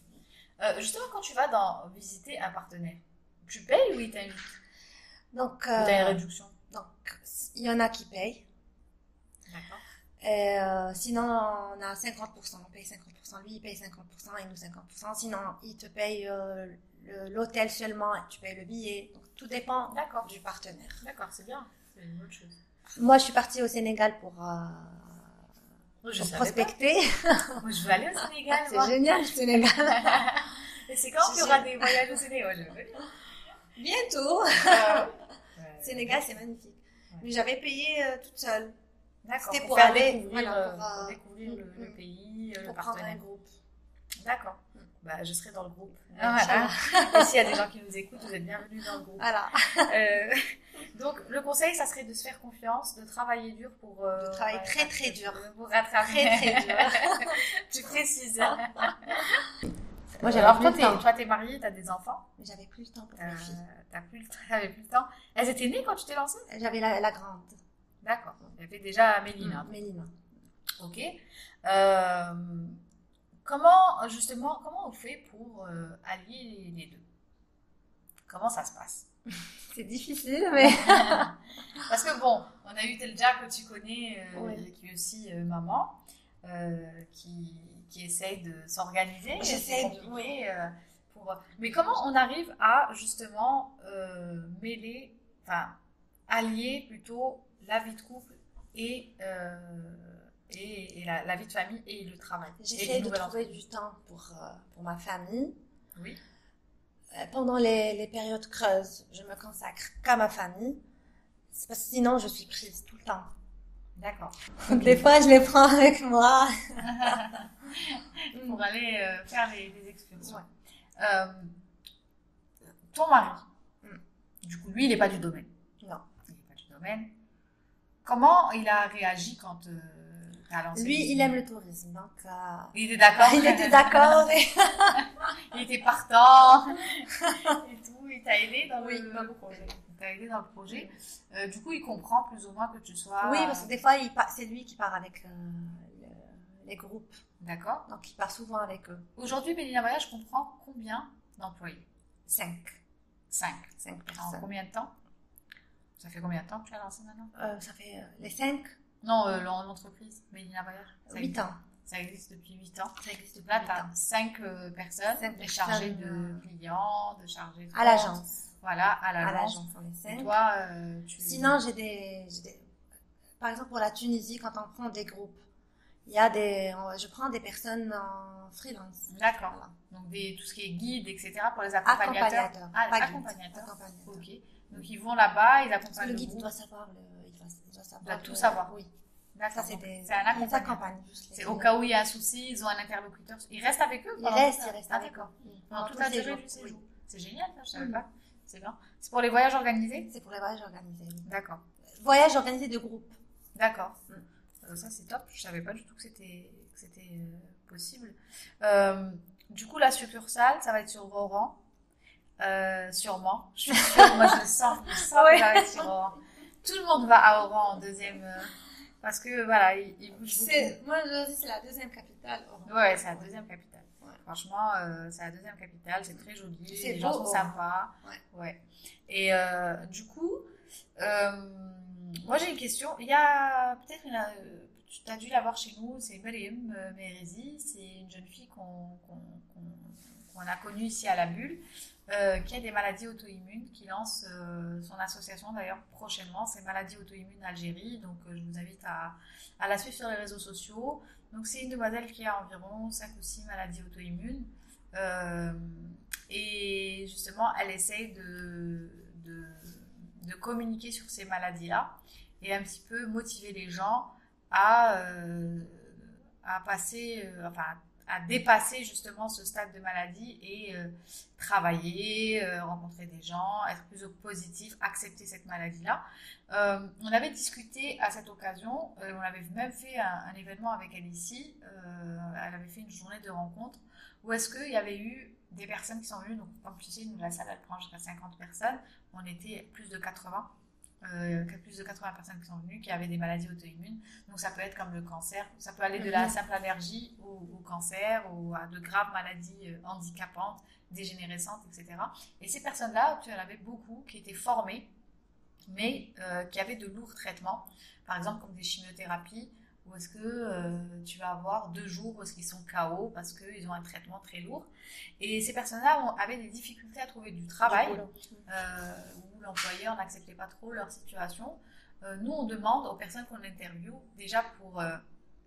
Speaker 2: Euh, justement, quand tu vas dans visiter un partenaire, tu payes ou il t'invite Ou
Speaker 3: Donc,
Speaker 2: t'as une
Speaker 3: euh,
Speaker 2: réduction
Speaker 3: donc, il y en a qui payent.
Speaker 2: D'accord.
Speaker 3: Et euh, sinon, on a 50%. On paye 50%. Lui, il paye 50% et nous 50%. Sinon, il te paye euh, le- l'hôtel seulement et tu payes le billet. Donc, tout dépend
Speaker 2: D'accord.
Speaker 3: du partenaire.
Speaker 2: D'accord, c'est bien. C'est une bonne chose.
Speaker 3: Moi, je suis partie au Sénégal pour, euh,
Speaker 2: Moi, je
Speaker 3: pour
Speaker 2: savais
Speaker 3: prospecter.
Speaker 2: pas. Moi, je veux aller au Sénégal,
Speaker 3: [laughs] C'est
Speaker 2: moi.
Speaker 3: génial, le Sénégal.
Speaker 2: [laughs] Et c'est quand qu'il y aura des voyages au Sénégal Je veux dire.
Speaker 3: [laughs] Bientôt.
Speaker 2: Euh, ouais.
Speaker 3: Sénégal, c'est magnifique.
Speaker 2: Ouais.
Speaker 3: Mais j'avais payé euh, toute seule
Speaker 2: D'accord,
Speaker 3: C'était
Speaker 2: pour,
Speaker 3: pour
Speaker 2: faire
Speaker 3: aller,
Speaker 2: découvrir,
Speaker 3: voilà, pour,
Speaker 2: euh, pour
Speaker 3: euh,
Speaker 2: découvrir le, le
Speaker 3: mm,
Speaker 2: pays, euh, le
Speaker 3: pour prendre un
Speaker 2: partenaire.
Speaker 3: groupe.
Speaker 2: D'accord.
Speaker 3: Mm.
Speaker 2: Bah, je serai dans le groupe.
Speaker 3: Ah,
Speaker 2: Ah, voilà. Et s'il y a des gens qui nous écoutent, vous êtes bienvenus dans le groupe.
Speaker 3: Voilà,
Speaker 2: Euh, donc, le conseil, ça serait de se faire confiance, de travailler dur pour. euh,
Speaker 3: De travailler
Speaker 2: ouais,
Speaker 3: très,
Speaker 2: rattraper-
Speaker 3: très dur.
Speaker 2: [laughs]
Speaker 3: Ah.
Speaker 2: Pour rattraper. [laughs]
Speaker 3: très très dur.
Speaker 2: tu précises.
Speaker 3: Moi, j'avais
Speaker 2: Alors,
Speaker 3: plus
Speaker 2: Euh, toi,
Speaker 3: le
Speaker 2: t'es,
Speaker 3: temps.
Speaker 2: toi, t'es mariée, t'as des enfants,
Speaker 3: Mais j'avais plus le temps pour
Speaker 2: t'as,
Speaker 3: mes filles.
Speaker 2: t'as plus le temps, [laughs] t'avais plus le temps. Elles étaient nées quand tu t'es lancée
Speaker 3: J'avais la, la grande, Mm,
Speaker 2: D'accord. Il y avait déjà Amélie, là.
Speaker 3: Mélina.
Speaker 2: Ok. Euh, comment, justement, comment on fait pour euh, allier les deux Comment ça se passe
Speaker 3: C'est difficile, mais
Speaker 2: [laughs] Parce que bon, on a eu Telja que tu connais, euh,
Speaker 3: Oui.
Speaker 2: qui est aussi euh, maman, euh, qui, qui essaye de s'organiser.
Speaker 3: J'essaye
Speaker 2: C'est
Speaker 3: de-
Speaker 2: compliqué, euh, pour... Mais comment on arrive à justement euh, mêler, enfin, allier plutôt la vie de couple et, euh, et, et la, la vie de famille et le travail et
Speaker 3: j'essaie
Speaker 2: le
Speaker 3: de
Speaker 2: nouvel
Speaker 3: trouver
Speaker 2: emploi.
Speaker 3: du temps pour, euh, pour ma famille.
Speaker 2: Oui.
Speaker 3: Euh, Pendant les, les périodes creuses, je me consacre qu'à ma famille. C'est parce que sinon, je suis prise tout le temps.
Speaker 2: D'accord.
Speaker 3: Donc, des fois, je les prends avec moi.
Speaker 2: pour aller euh, faire les, les excursions.
Speaker 3: Ouais.
Speaker 2: Euh, ton mari,
Speaker 3: Mm.
Speaker 2: du coup, lui, il n'est pas du domaine.
Speaker 3: Non.
Speaker 2: Il n'est pas du domaine. Comment il a réagi quand euh, t'as lancé
Speaker 3: Lui, il aime le tourisme, donc euh,
Speaker 2: Il était d'accord.
Speaker 3: il était d'accord. et-
Speaker 2: [laughs] il était
Speaker 3: [laughs]
Speaker 2: partant. et tout. Il t'a aidé dans
Speaker 3: Oui,
Speaker 2: le
Speaker 3: dans le projet.
Speaker 2: Il t'a aidé dans le projet. Euh, du coup, il comprend plus ou moins que tu sois.
Speaker 3: Oui, parce que des fois, il part- c'est lui qui part avec euh, le- les groupes,
Speaker 2: D'accord.
Speaker 3: donc il part souvent avec euh, eux.
Speaker 2: Aujourd'hui, Mélina Voyage comprend combien d'employés
Speaker 3: Cinq,
Speaker 2: Cinq.
Speaker 3: cinq
Speaker 2: En
Speaker 3: personnes.
Speaker 2: combien de temps Ça fait combien de temps que tu as lancé maintenant
Speaker 3: Euh, ça fait euh, les cinq,
Speaker 2: Non, euh, l'en- l'entreprise, Mélina Voyage. Ça
Speaker 3: huit
Speaker 2: existe-
Speaker 3: ans.
Speaker 2: Ça existe depuis 8 ans.
Speaker 3: Ça existe depuis
Speaker 2: Là,
Speaker 3: huit
Speaker 2: tu as
Speaker 3: ans.
Speaker 2: 5 personnes
Speaker 3: Cinq
Speaker 2: de chargées
Speaker 3: personnes, euh,
Speaker 2: de clients, de chargées de.
Speaker 3: À
Speaker 2: vente.
Speaker 3: l'agence.
Speaker 2: Voilà, à
Speaker 3: À
Speaker 2: l'agence.
Speaker 3: l'agence, on est
Speaker 2: Et
Speaker 3: cinq.
Speaker 2: toi, euh, tu.
Speaker 3: Sinon, j'ai des, j'ai des- Par exemple, pour la Tunisie, quand on prend des groupes, il y a des... on- Je prends des personnes en freelance.
Speaker 2: D'accord.
Speaker 3: Voilà.
Speaker 2: Donc, des, tout ce qui est guide, etc., pour les accompagnateurs.
Speaker 3: Accompagnateur.
Speaker 2: Ah,
Speaker 3: pas guide.
Speaker 2: accompagnateur.
Speaker 3: Accompagnateur.
Speaker 2: Ok. Donc, ils vont là-bas, ils
Speaker 3: Parce que
Speaker 2: accompagnent
Speaker 3: le
Speaker 2: le
Speaker 3: guide, il
Speaker 2: groupe.
Speaker 3: doit savoir... le- Il doit, il doit savoir
Speaker 2: doit tout
Speaker 3: le-
Speaker 2: savoir.
Speaker 3: Oui.
Speaker 2: D'accord.
Speaker 3: Ça, c'est
Speaker 2: Donc,
Speaker 3: des...
Speaker 2: C'est un
Speaker 3: ils
Speaker 2: accompagnateur.
Speaker 3: accompagnent juste les
Speaker 2: C'est au
Speaker 3: gens.
Speaker 2: cas où il y a un souci, ils ont un interlocuteur. Ils restent avec eux
Speaker 3: Il
Speaker 2: pendant
Speaker 3: reste,
Speaker 2: tout ça
Speaker 3: il reste
Speaker 2: Ah,
Speaker 3: avec
Speaker 2: d'accord.
Speaker 3: eux. Mm.
Speaker 2: Pendant
Speaker 3: Pendant
Speaker 2: toute
Speaker 3: tous
Speaker 2: la
Speaker 3: les
Speaker 2: durée
Speaker 3: jours,
Speaker 2: du
Speaker 3: oui.
Speaker 2: séjour. C'est génial, ça, je savais
Speaker 3: Mhm.
Speaker 2: pas. C'est bien. C'est pour les voyages organisés
Speaker 3: C'est pour les voyages organisés. oui.
Speaker 2: D'accord.
Speaker 3: Voyage organisé de groupe.
Speaker 2: D'accord.
Speaker 3: Mhm.
Speaker 2: Euh, ça, c'est top. Je savais pas du tout que c'était que c'était euh, possible. Euh, du coup, la succursale, ça va être sur Oran. Euh, sûrement. Je suis sûre, moi je le sens, je sens que ça va être sur Oran. Tout le monde va à Oran en deuxième. euh, parce que voilà, il, il bouge beaucoup.
Speaker 3: C'est- Moi, je dis c'est la deuxième capitale. Oh. au monde.
Speaker 2: Ouais, c'est la deuxième capitale.
Speaker 3: Ouais.
Speaker 2: Franchement, euh, c'est la deuxième capitale, c'est très joli,
Speaker 3: C'est
Speaker 2: les gens
Speaker 3: beau,
Speaker 2: sont
Speaker 3: oh.
Speaker 2: sympas. Ouais. Et euh, du coup, euh, moi j'ai une question. Il y a peut-être, une, euh, tu as dû la voir chez nous, c'est Mariam euh, Merezi, c'est une jeune fille qu'on qu'on- qu'on- qu'on a connue ici à la Bulle, euh, qui a des maladies auto-immunes, qui lance euh, son association d'ailleurs prochainement, c'est Maladies auto-immunes Algérie. Donc euh, je vous invite à, à la suivre sur les réseaux sociaux. Donc c'est une demoiselle qui a environ 5 ou 6 maladies auto-immunes. Euh, et justement, elle essaye de, de, de communiquer sur ces maladies-là et un petit peu motiver les gens à, euh, à passer, euh, enfin, à dépasser justement ce stade de maladie et euh, travailler, euh, rencontrer des gens, être plus positif, accepter cette maladie-là. Euh, on avait discuté à cette occasion, euh, on avait même fait un, un événement avec elle ici, euh, elle avait fait une journée de rencontre, où est-ce qu'il y avait eu des personnes qui sont venues, donc comme tu sais, nous, la salle, elle prend jusqu'à 50 personnes, on était plus de 80, euh, plus de 80 personnes qui sont venues, qui avaient des maladies auto-immunes, donc ça peut être comme le cancer, ça peut aller de la
Speaker 3: Mhm.
Speaker 2: simple allergie au, au cancer, ou à de graves maladies euh, handicapantes, dégénérescentes, etc. Et ces personnes-là, tu en avais beaucoup qui étaient formées, mais euh, qui avaient de lourds traitements, par exemple comme des chimiothérapies, où est-ce que euh, tu vas avoir deux jours où est-ce qu'ils sont KO parce qu'ils ont un traitement très lourd. Et ces personnes-là ont- avaient des difficultés à trouver du travail
Speaker 3: Du boulot.
Speaker 2: euh, où l'employeur n'acceptait pas trop leur situation. Euh, nous, on demande aux personnes qu'on interviewe, déjà pour euh,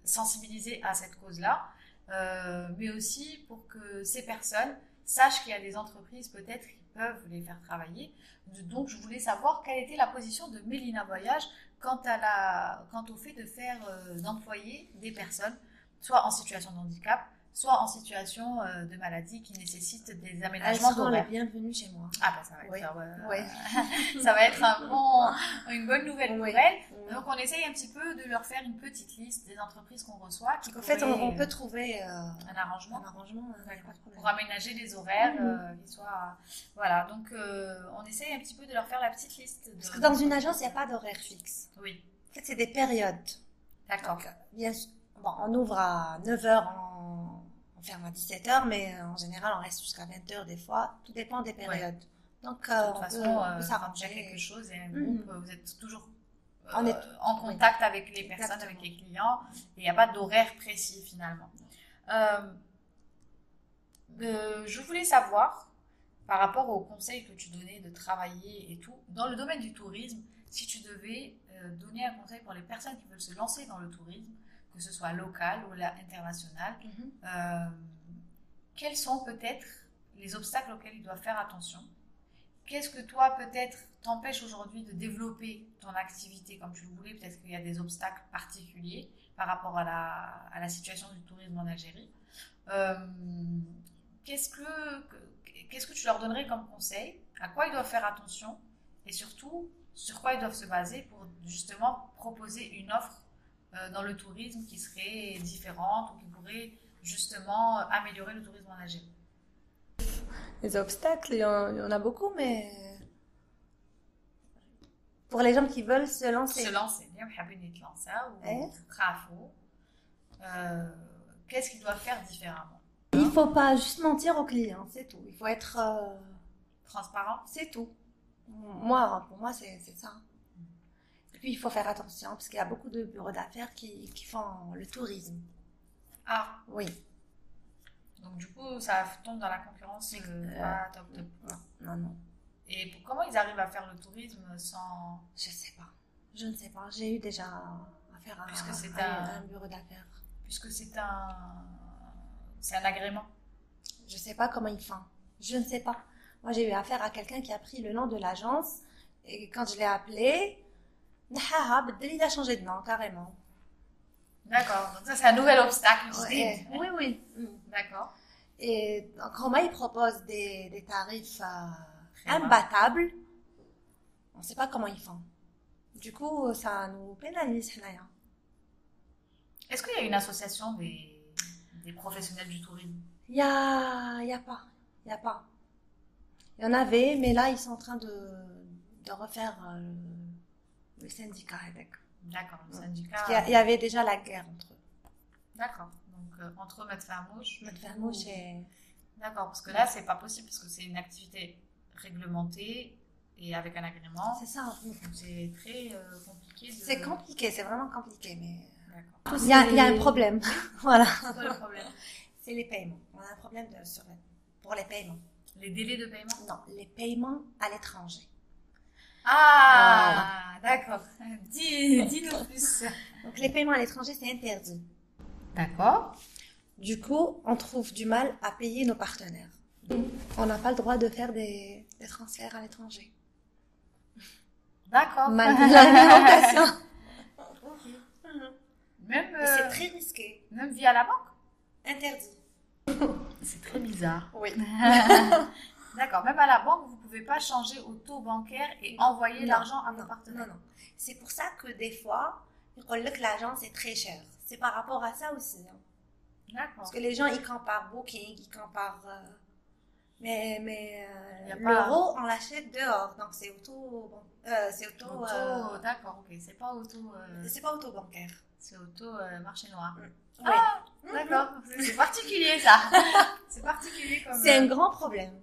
Speaker 2: sensibiliser à cette cause-là, euh, mais aussi pour que ces personnes sachent qu'il y a des entreprises peut-être qui peuvent les faire travailler. Donc, je voulais savoir quelle était la position de Mélina Voyage quant, à la, quant au fait de faire euh, d'employer des personnes, soit en situation de handicap, soit en situation euh, de maladie qui nécessite des
Speaker 3: Elles
Speaker 2: aménagements
Speaker 3: seront les
Speaker 2: d'horaire.
Speaker 3: bienvenues chez moi.
Speaker 2: Ah bah ça va être,
Speaker 3: Oui.
Speaker 2: euh,
Speaker 3: Oui.
Speaker 2: ça va être un bon, une bonne nouvelle
Speaker 3: Oui.
Speaker 2: nouvelle.
Speaker 3: Mm.
Speaker 2: Donc on essaye un petit peu de leur faire une petite liste des entreprises qu'on reçoit. qui
Speaker 3: Donc en fait, on,
Speaker 2: pourraient,
Speaker 3: on peut
Speaker 2: euh,
Speaker 3: trouver euh,
Speaker 2: un
Speaker 3: un
Speaker 2: arrangement
Speaker 3: arrangement, il n'y a pas de problème. Mhm.
Speaker 2: pour aménager les horaires euh, qui soient voilà. Donc euh, on essaye un petit peu de leur faire la petite liste. de-
Speaker 3: Parce que dans une agence, il n'y a pas d'horaire fixe.
Speaker 2: Oui,
Speaker 3: En fait, c'est des périodes.
Speaker 2: d'accord.
Speaker 3: Donc, bien sûr, bon, on ouvre à 9h, on, on ferme à 17h, mais euh, en général, on reste jusqu'à 20h des fois. Tout dépend des périodes. Donc, euh,
Speaker 2: De toute
Speaker 3: on
Speaker 2: façon,
Speaker 3: peut, on
Speaker 2: euh, quand
Speaker 3: peut
Speaker 2: il y a
Speaker 3: s'arranger.
Speaker 2: quelque chose et un
Speaker 3: Mhm.
Speaker 2: groupe, vous êtes toujours euh,
Speaker 3: On est-
Speaker 2: en
Speaker 3: oui.
Speaker 2: contact avec les personnes,
Speaker 3: Exactement.
Speaker 2: avec les clients, et il n'y a pas d'horaire précis finalement. Euh, euh, je voulais savoir, par rapport aux conseils que tu donnais de travailler et tout, dans le domaine du tourisme, si tu devais euh, donner un conseil pour les personnes qui veulent se lancer dans le tourisme, que ce soit local ou la- international,
Speaker 3: Mhm.
Speaker 2: euh, quels sont peut-être les obstacles auxquels ils doivent faire attention Qu'est-ce que toi, peut-être, t'empêche aujourd'hui de développer ton activité comme tu le voulais Peut-être qu'il y a des obstacles particuliers par rapport à la, à la situation du tourisme en Algérie. Euh, qu'est-ce, que, que- qu'est-ce que tu leur donnerais comme conseil À quoi ils doivent faire attention Et surtout, sur quoi ils doivent se baser pour justement proposer une offre euh, dans le tourisme qui serait différente ou qui pourrait justement euh, améliorer le tourisme en Algérie.
Speaker 3: Les obstacles, il y, en, il y en a beaucoup, mais pour les gens qui veulent se lancer,
Speaker 2: Se lancer, bien, حابين يتلاnsاو
Speaker 3: إيه.
Speaker 2: وخافوا. Euh, Qu'est-ce qu'ils doivent faire différemment
Speaker 3: il faut pas juste mentir aux clients, c'est tout. Il faut être, euh,
Speaker 2: Transparent
Speaker 3: c'est tout. Moi, pour moi, c'est c'est ça. Et puis, il faut faire attention parce qu'il y a beaucoup de bureaux d'affaires qui, qui font le tourisme.
Speaker 2: Ah,
Speaker 3: Oui.
Speaker 2: donc du coup, ça tombe dans la concurrence euh,
Speaker 3: Euh,
Speaker 2: pas top top.
Speaker 3: Non, non, non.
Speaker 2: Et pour- comment ils arrivent à faire le tourisme sans...
Speaker 3: Je sais pas. Je ne sais pas. J'ai eu déjà affaire à,
Speaker 2: Puisque c'est
Speaker 3: à
Speaker 2: un-
Speaker 3: un bureau d'affaires.
Speaker 2: Puisque c'est un... C'est un agrément.
Speaker 3: Je sais pas comment ils font. Je ne sais pas. Moi, j'ai eu affaire à quelqu'un qui a pris le nom de l'agence et quand je l'ai appelé, Nahaha, Beddeli, il a changé de nom carrément.
Speaker 2: D'accord, donc ça c'est un nouvel obstacle. je
Speaker 3: Ah Ouais.
Speaker 2: dis.
Speaker 3: Oui, oui. Mm.
Speaker 2: D'accord.
Speaker 3: Et donc, Roma, il propose des, des tarifs euh,
Speaker 2: Très bas.
Speaker 3: imbattables. On ne sait pas comment ils font. Du coup, ça nous pénalise, Hanaya.
Speaker 2: Est-ce qu'il y a une association des, des professionnels du tourisme
Speaker 3: Il y a, y a pas, y a pas. Il y en avait, mais là, ils sont en train de, de refaire euh, le syndicat avec.
Speaker 2: D'accord, le
Speaker 3: Ouais.
Speaker 2: syndicat.
Speaker 3: Parce qu'il y a- Il y avait déjà la guerre entre eux.
Speaker 2: D'accord. Donc, euh, entre mettre fin à mouche.
Speaker 3: Matfermo, c'est...
Speaker 2: D'accord, parce
Speaker 3: Mm.
Speaker 2: que là, c'est pas possible, parce que c'est une activité réglementée et avec un agrément.
Speaker 3: C'est ça.
Speaker 2: Donc, C'est très euh, compliqué. De...
Speaker 3: C'est compliqué, c'est vraiment compliqué, mais...
Speaker 2: D'accord. [laughs]
Speaker 3: Il y a, il y a un problème. [laughs] Voilà.
Speaker 2: C'est quoi le problème
Speaker 3: C'est les paiements. On a un problème de, sur, pour les paiements.
Speaker 2: Les délais de paiement.
Speaker 3: Non, les paiements à l'étranger.
Speaker 2: Ah, d'accord.
Speaker 3: [laughs]
Speaker 2: Dis- Dis-nous plus.
Speaker 3: Donc, les paiements à l'étranger, c'est interdit.
Speaker 2: D'accord.
Speaker 3: Du coup, on trouve du mal à payer nos partenaires. On n'a pas le droit de faire des, des transferts à l'étranger.
Speaker 2: D'accord.
Speaker 3: [laughs] Malgré la réglementation.
Speaker 2: [laughs] Même,
Speaker 3: Mais C'est
Speaker 2: euh,
Speaker 3: très risqué.
Speaker 2: même via la banque.
Speaker 3: Interdit.
Speaker 2: C'est très bizarre.
Speaker 3: Oui.
Speaker 2: D'accord. Même à la banque, vous pouvez pas changer au taux bancaire et envoyer
Speaker 3: Non,
Speaker 2: l'argent à vos
Speaker 3: non,
Speaker 2: partenaires.
Speaker 3: non, non. C'est pour ça que des fois, ils collent que l'agence est très chère. C'est par rapport à ça aussi. hein.
Speaker 2: D'accord.
Speaker 3: Parce que les gens, ils comparent Booking, ils comparent... euh, Mais, mais euh,
Speaker 2: Y a pas-
Speaker 3: l'euro, on l'achète dehors. Donc, c'est auto... bon, euh, c'est auto...
Speaker 2: Auto,
Speaker 3: euh,
Speaker 2: d'accord, ok. C'est pas auto, euh,
Speaker 3: C'est pas auto-bancaire.
Speaker 2: c'est auto euh, marché noir.
Speaker 3: Ah, Mhm.
Speaker 2: [laughs] D'accord, c'est c'est particulier ça. [laughs] c'est particulier comme.
Speaker 3: C'est un
Speaker 2: euh,
Speaker 3: grand problème.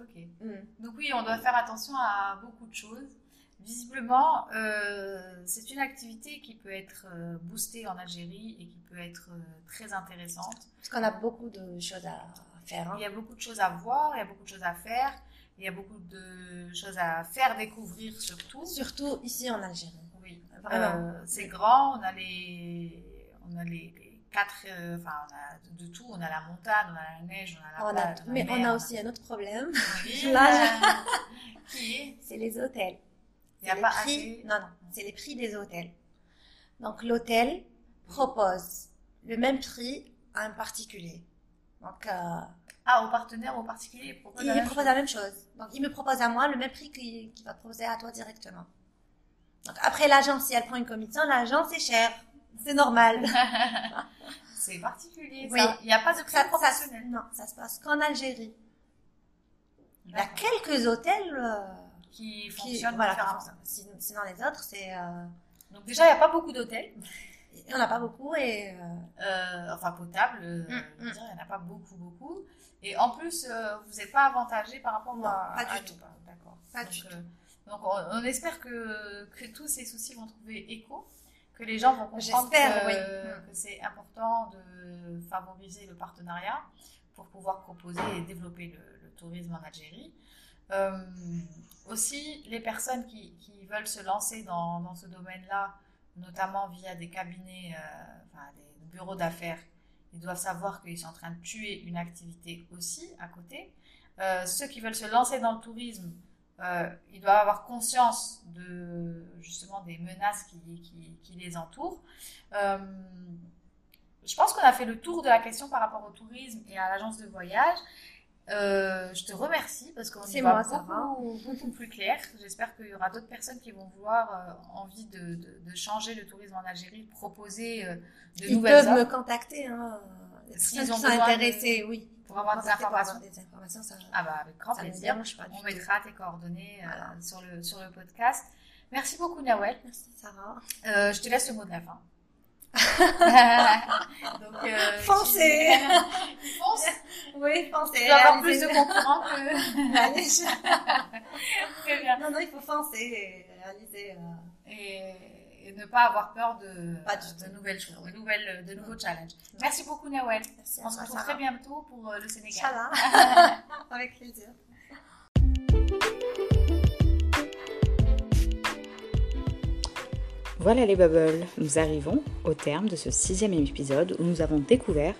Speaker 2: Ok.
Speaker 3: mm.
Speaker 2: Donc oui, on doit faire attention à beaucoup de choses. Visiblement, euh, c'est une activité qui peut être euh, boostée en Algérie et qui peut être euh, très intéressante.
Speaker 3: Parce qu'on a beaucoup de choses à faire. hein.
Speaker 2: Il y a beaucoup de choses à voir, il y a beaucoup de choses à faire, il y a beaucoup de choses à faire découvrir surtout.
Speaker 3: Surtout ici en Algérie.
Speaker 2: Oui.
Speaker 3: Vraiment.
Speaker 2: Euh, c'est grand, on a les, on a les les quatre, euh, enfin, on a de- de tout, on a la montagne, on a la neige, on a la
Speaker 3: On a
Speaker 2: plage, la
Speaker 3: tout. ah, bah, Mais
Speaker 2: mer,
Speaker 3: on a aussi un autre problème, [laughs]
Speaker 2: Oui,
Speaker 3: Là,
Speaker 2: euh,
Speaker 3: [laughs]
Speaker 2: qui est
Speaker 3: c'est les hôtels.
Speaker 2: Il n'y a
Speaker 3: Les
Speaker 2: pas
Speaker 3: prix-
Speaker 2: assez.
Speaker 3: Non, non, c'est les prix des hôtels. Donc l'hôtel propose le même prix à un particulier. Donc, euh,
Speaker 2: Ah, au partenaire ou au particulier, il propose
Speaker 3: il
Speaker 2: la
Speaker 3: me
Speaker 2: même
Speaker 3: propose
Speaker 2: chose.
Speaker 3: la même chose. Donc, il me propose à moi le même prix qu'il qu'il va proposer à toi directement. Donc, après, l'agence, si elle prend une commission, l'agence est chère. C'est [laughs] normal.
Speaker 2: C'est particulier,
Speaker 3: Oui.
Speaker 2: ça. Il n'y a pas de prix
Speaker 3: Ça, ça,
Speaker 2: professionnel.
Speaker 3: non, ça se passe qu'en Algérie. Il y a quelques hôtels euh,
Speaker 2: Qui
Speaker 3: qui
Speaker 2: fonctionne
Speaker 3: voilà,
Speaker 2: différemment.
Speaker 3: qui fonctionnent. Sinon, sinon les autres, c'est euh,
Speaker 2: Donc déjà, il n'y a pas beaucoup d'hôtels,
Speaker 3: on n'a pas beaucoup et euh,
Speaker 2: euh, enfin potables, euh,
Speaker 3: Mm,
Speaker 2: je veux dire, il n'y en a pas beaucoup, beaucoup. Et en plus, euh, vous n'êtes pas avantagé par rapport
Speaker 3: Non,
Speaker 2: à...
Speaker 3: pas
Speaker 2: à-
Speaker 3: du
Speaker 2: à-
Speaker 3: tout.
Speaker 2: D'accord.
Speaker 3: Pas
Speaker 2: donc,
Speaker 3: du
Speaker 2: euh, donc on, on espère que, que tous ces soucis vont trouver écho, que les gens vont comprendre
Speaker 3: J'espère,
Speaker 2: que,
Speaker 3: oui.
Speaker 2: que c'est important de favoriser le partenariat pour pouvoir proposer et développer le, le tourisme en Algérie. Euh, aussi, les personnes qui, qui veulent se lancer dans, dans ce domaine-là, notamment via des cabinets, euh, enfin, des bureaux d'affaires, ils doivent savoir qu'ils sont en train de tuer une activité aussi à côté. Euh, ceux qui veulent se lancer dans le tourisme, euh, ils doivent avoir conscience de justement des menaces qui, qui, qui les entourent. Euh, je pense qu'on a fait le tour de la question par rapport au tourisme et à l'agence de voyage. Euh, je te remercie parce qu'on y
Speaker 3: C'est
Speaker 2: va
Speaker 3: moi,
Speaker 2: beaucoup,
Speaker 3: Sarah.
Speaker 2: beaucoup plus clair. J'espère qu'il y aura d'autres personnes qui vont voir euh, envie de, de- de changer le tourisme en Algérie, de proposer euh, de
Speaker 3: ils
Speaker 2: nouvelles
Speaker 3: peuvent
Speaker 2: offres
Speaker 3: me contacter. Hein, les
Speaker 2: S'ils
Speaker 3: personnes
Speaker 2: ont
Speaker 3: qui sont
Speaker 2: besoin de-
Speaker 3: intéressées, oui.
Speaker 2: pour avoir des
Speaker 3: Contacter pour
Speaker 2: informations.
Speaker 3: avoir des informations, ça,
Speaker 2: Ah bah avec grand
Speaker 3: ça ne me
Speaker 2: plaisir.
Speaker 3: dérange pas. Ah, du
Speaker 2: On
Speaker 3: tout.
Speaker 2: mettra tes coordonnées euh,
Speaker 3: Voilà.
Speaker 2: sur, le, sur le podcast. Merci beaucoup, Nawel.
Speaker 3: Merci Sarah.
Speaker 2: Euh, je te laisse le mot de la fin. [laughs] Donc, euh,
Speaker 3: [laughs] Foncez.
Speaker 2: [laughs] tu- Fonce
Speaker 3: Oui, pensez.
Speaker 2: Tu dois avoir plus de concurrents que...
Speaker 3: [laughs]
Speaker 2: [laughs] Très bien.
Speaker 3: Non, non, il faut foncer et réaliser. euh,
Speaker 2: Et, et ne pas avoir peur de,
Speaker 3: Pas du
Speaker 2: de
Speaker 3: tout.
Speaker 2: nouvelles choses, de, nouvelles, de nouveaux challenges.
Speaker 3: Non.
Speaker 2: Merci beaucoup, Nawel.
Speaker 3: Merci à
Speaker 2: On se
Speaker 3: toi,
Speaker 2: retrouve
Speaker 3: Sarah.
Speaker 2: très bientôt pour euh, le Sénégal.
Speaker 3: Inch'Allah.
Speaker 2: [laughs]
Speaker 3: Avec plaisir.
Speaker 1: Voilà les bubbles, nous arrivons au terme de ce sixième épisode où nous avons découvert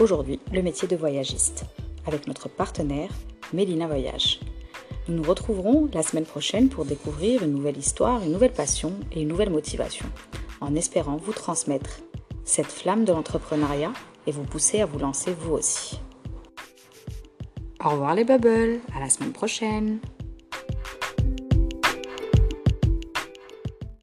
Speaker 1: aujourd'hui le métier de voyagiste avec notre partenaire Mélina Voyage. Nous nous retrouverons la semaine prochaine pour découvrir une nouvelle histoire, une nouvelle passion et une nouvelle motivation, en espérant vous transmettre cette flamme de l'entrepreneuriat et vous pousser à vous lancer vous aussi. Au revoir les bubbles, à la semaine prochaine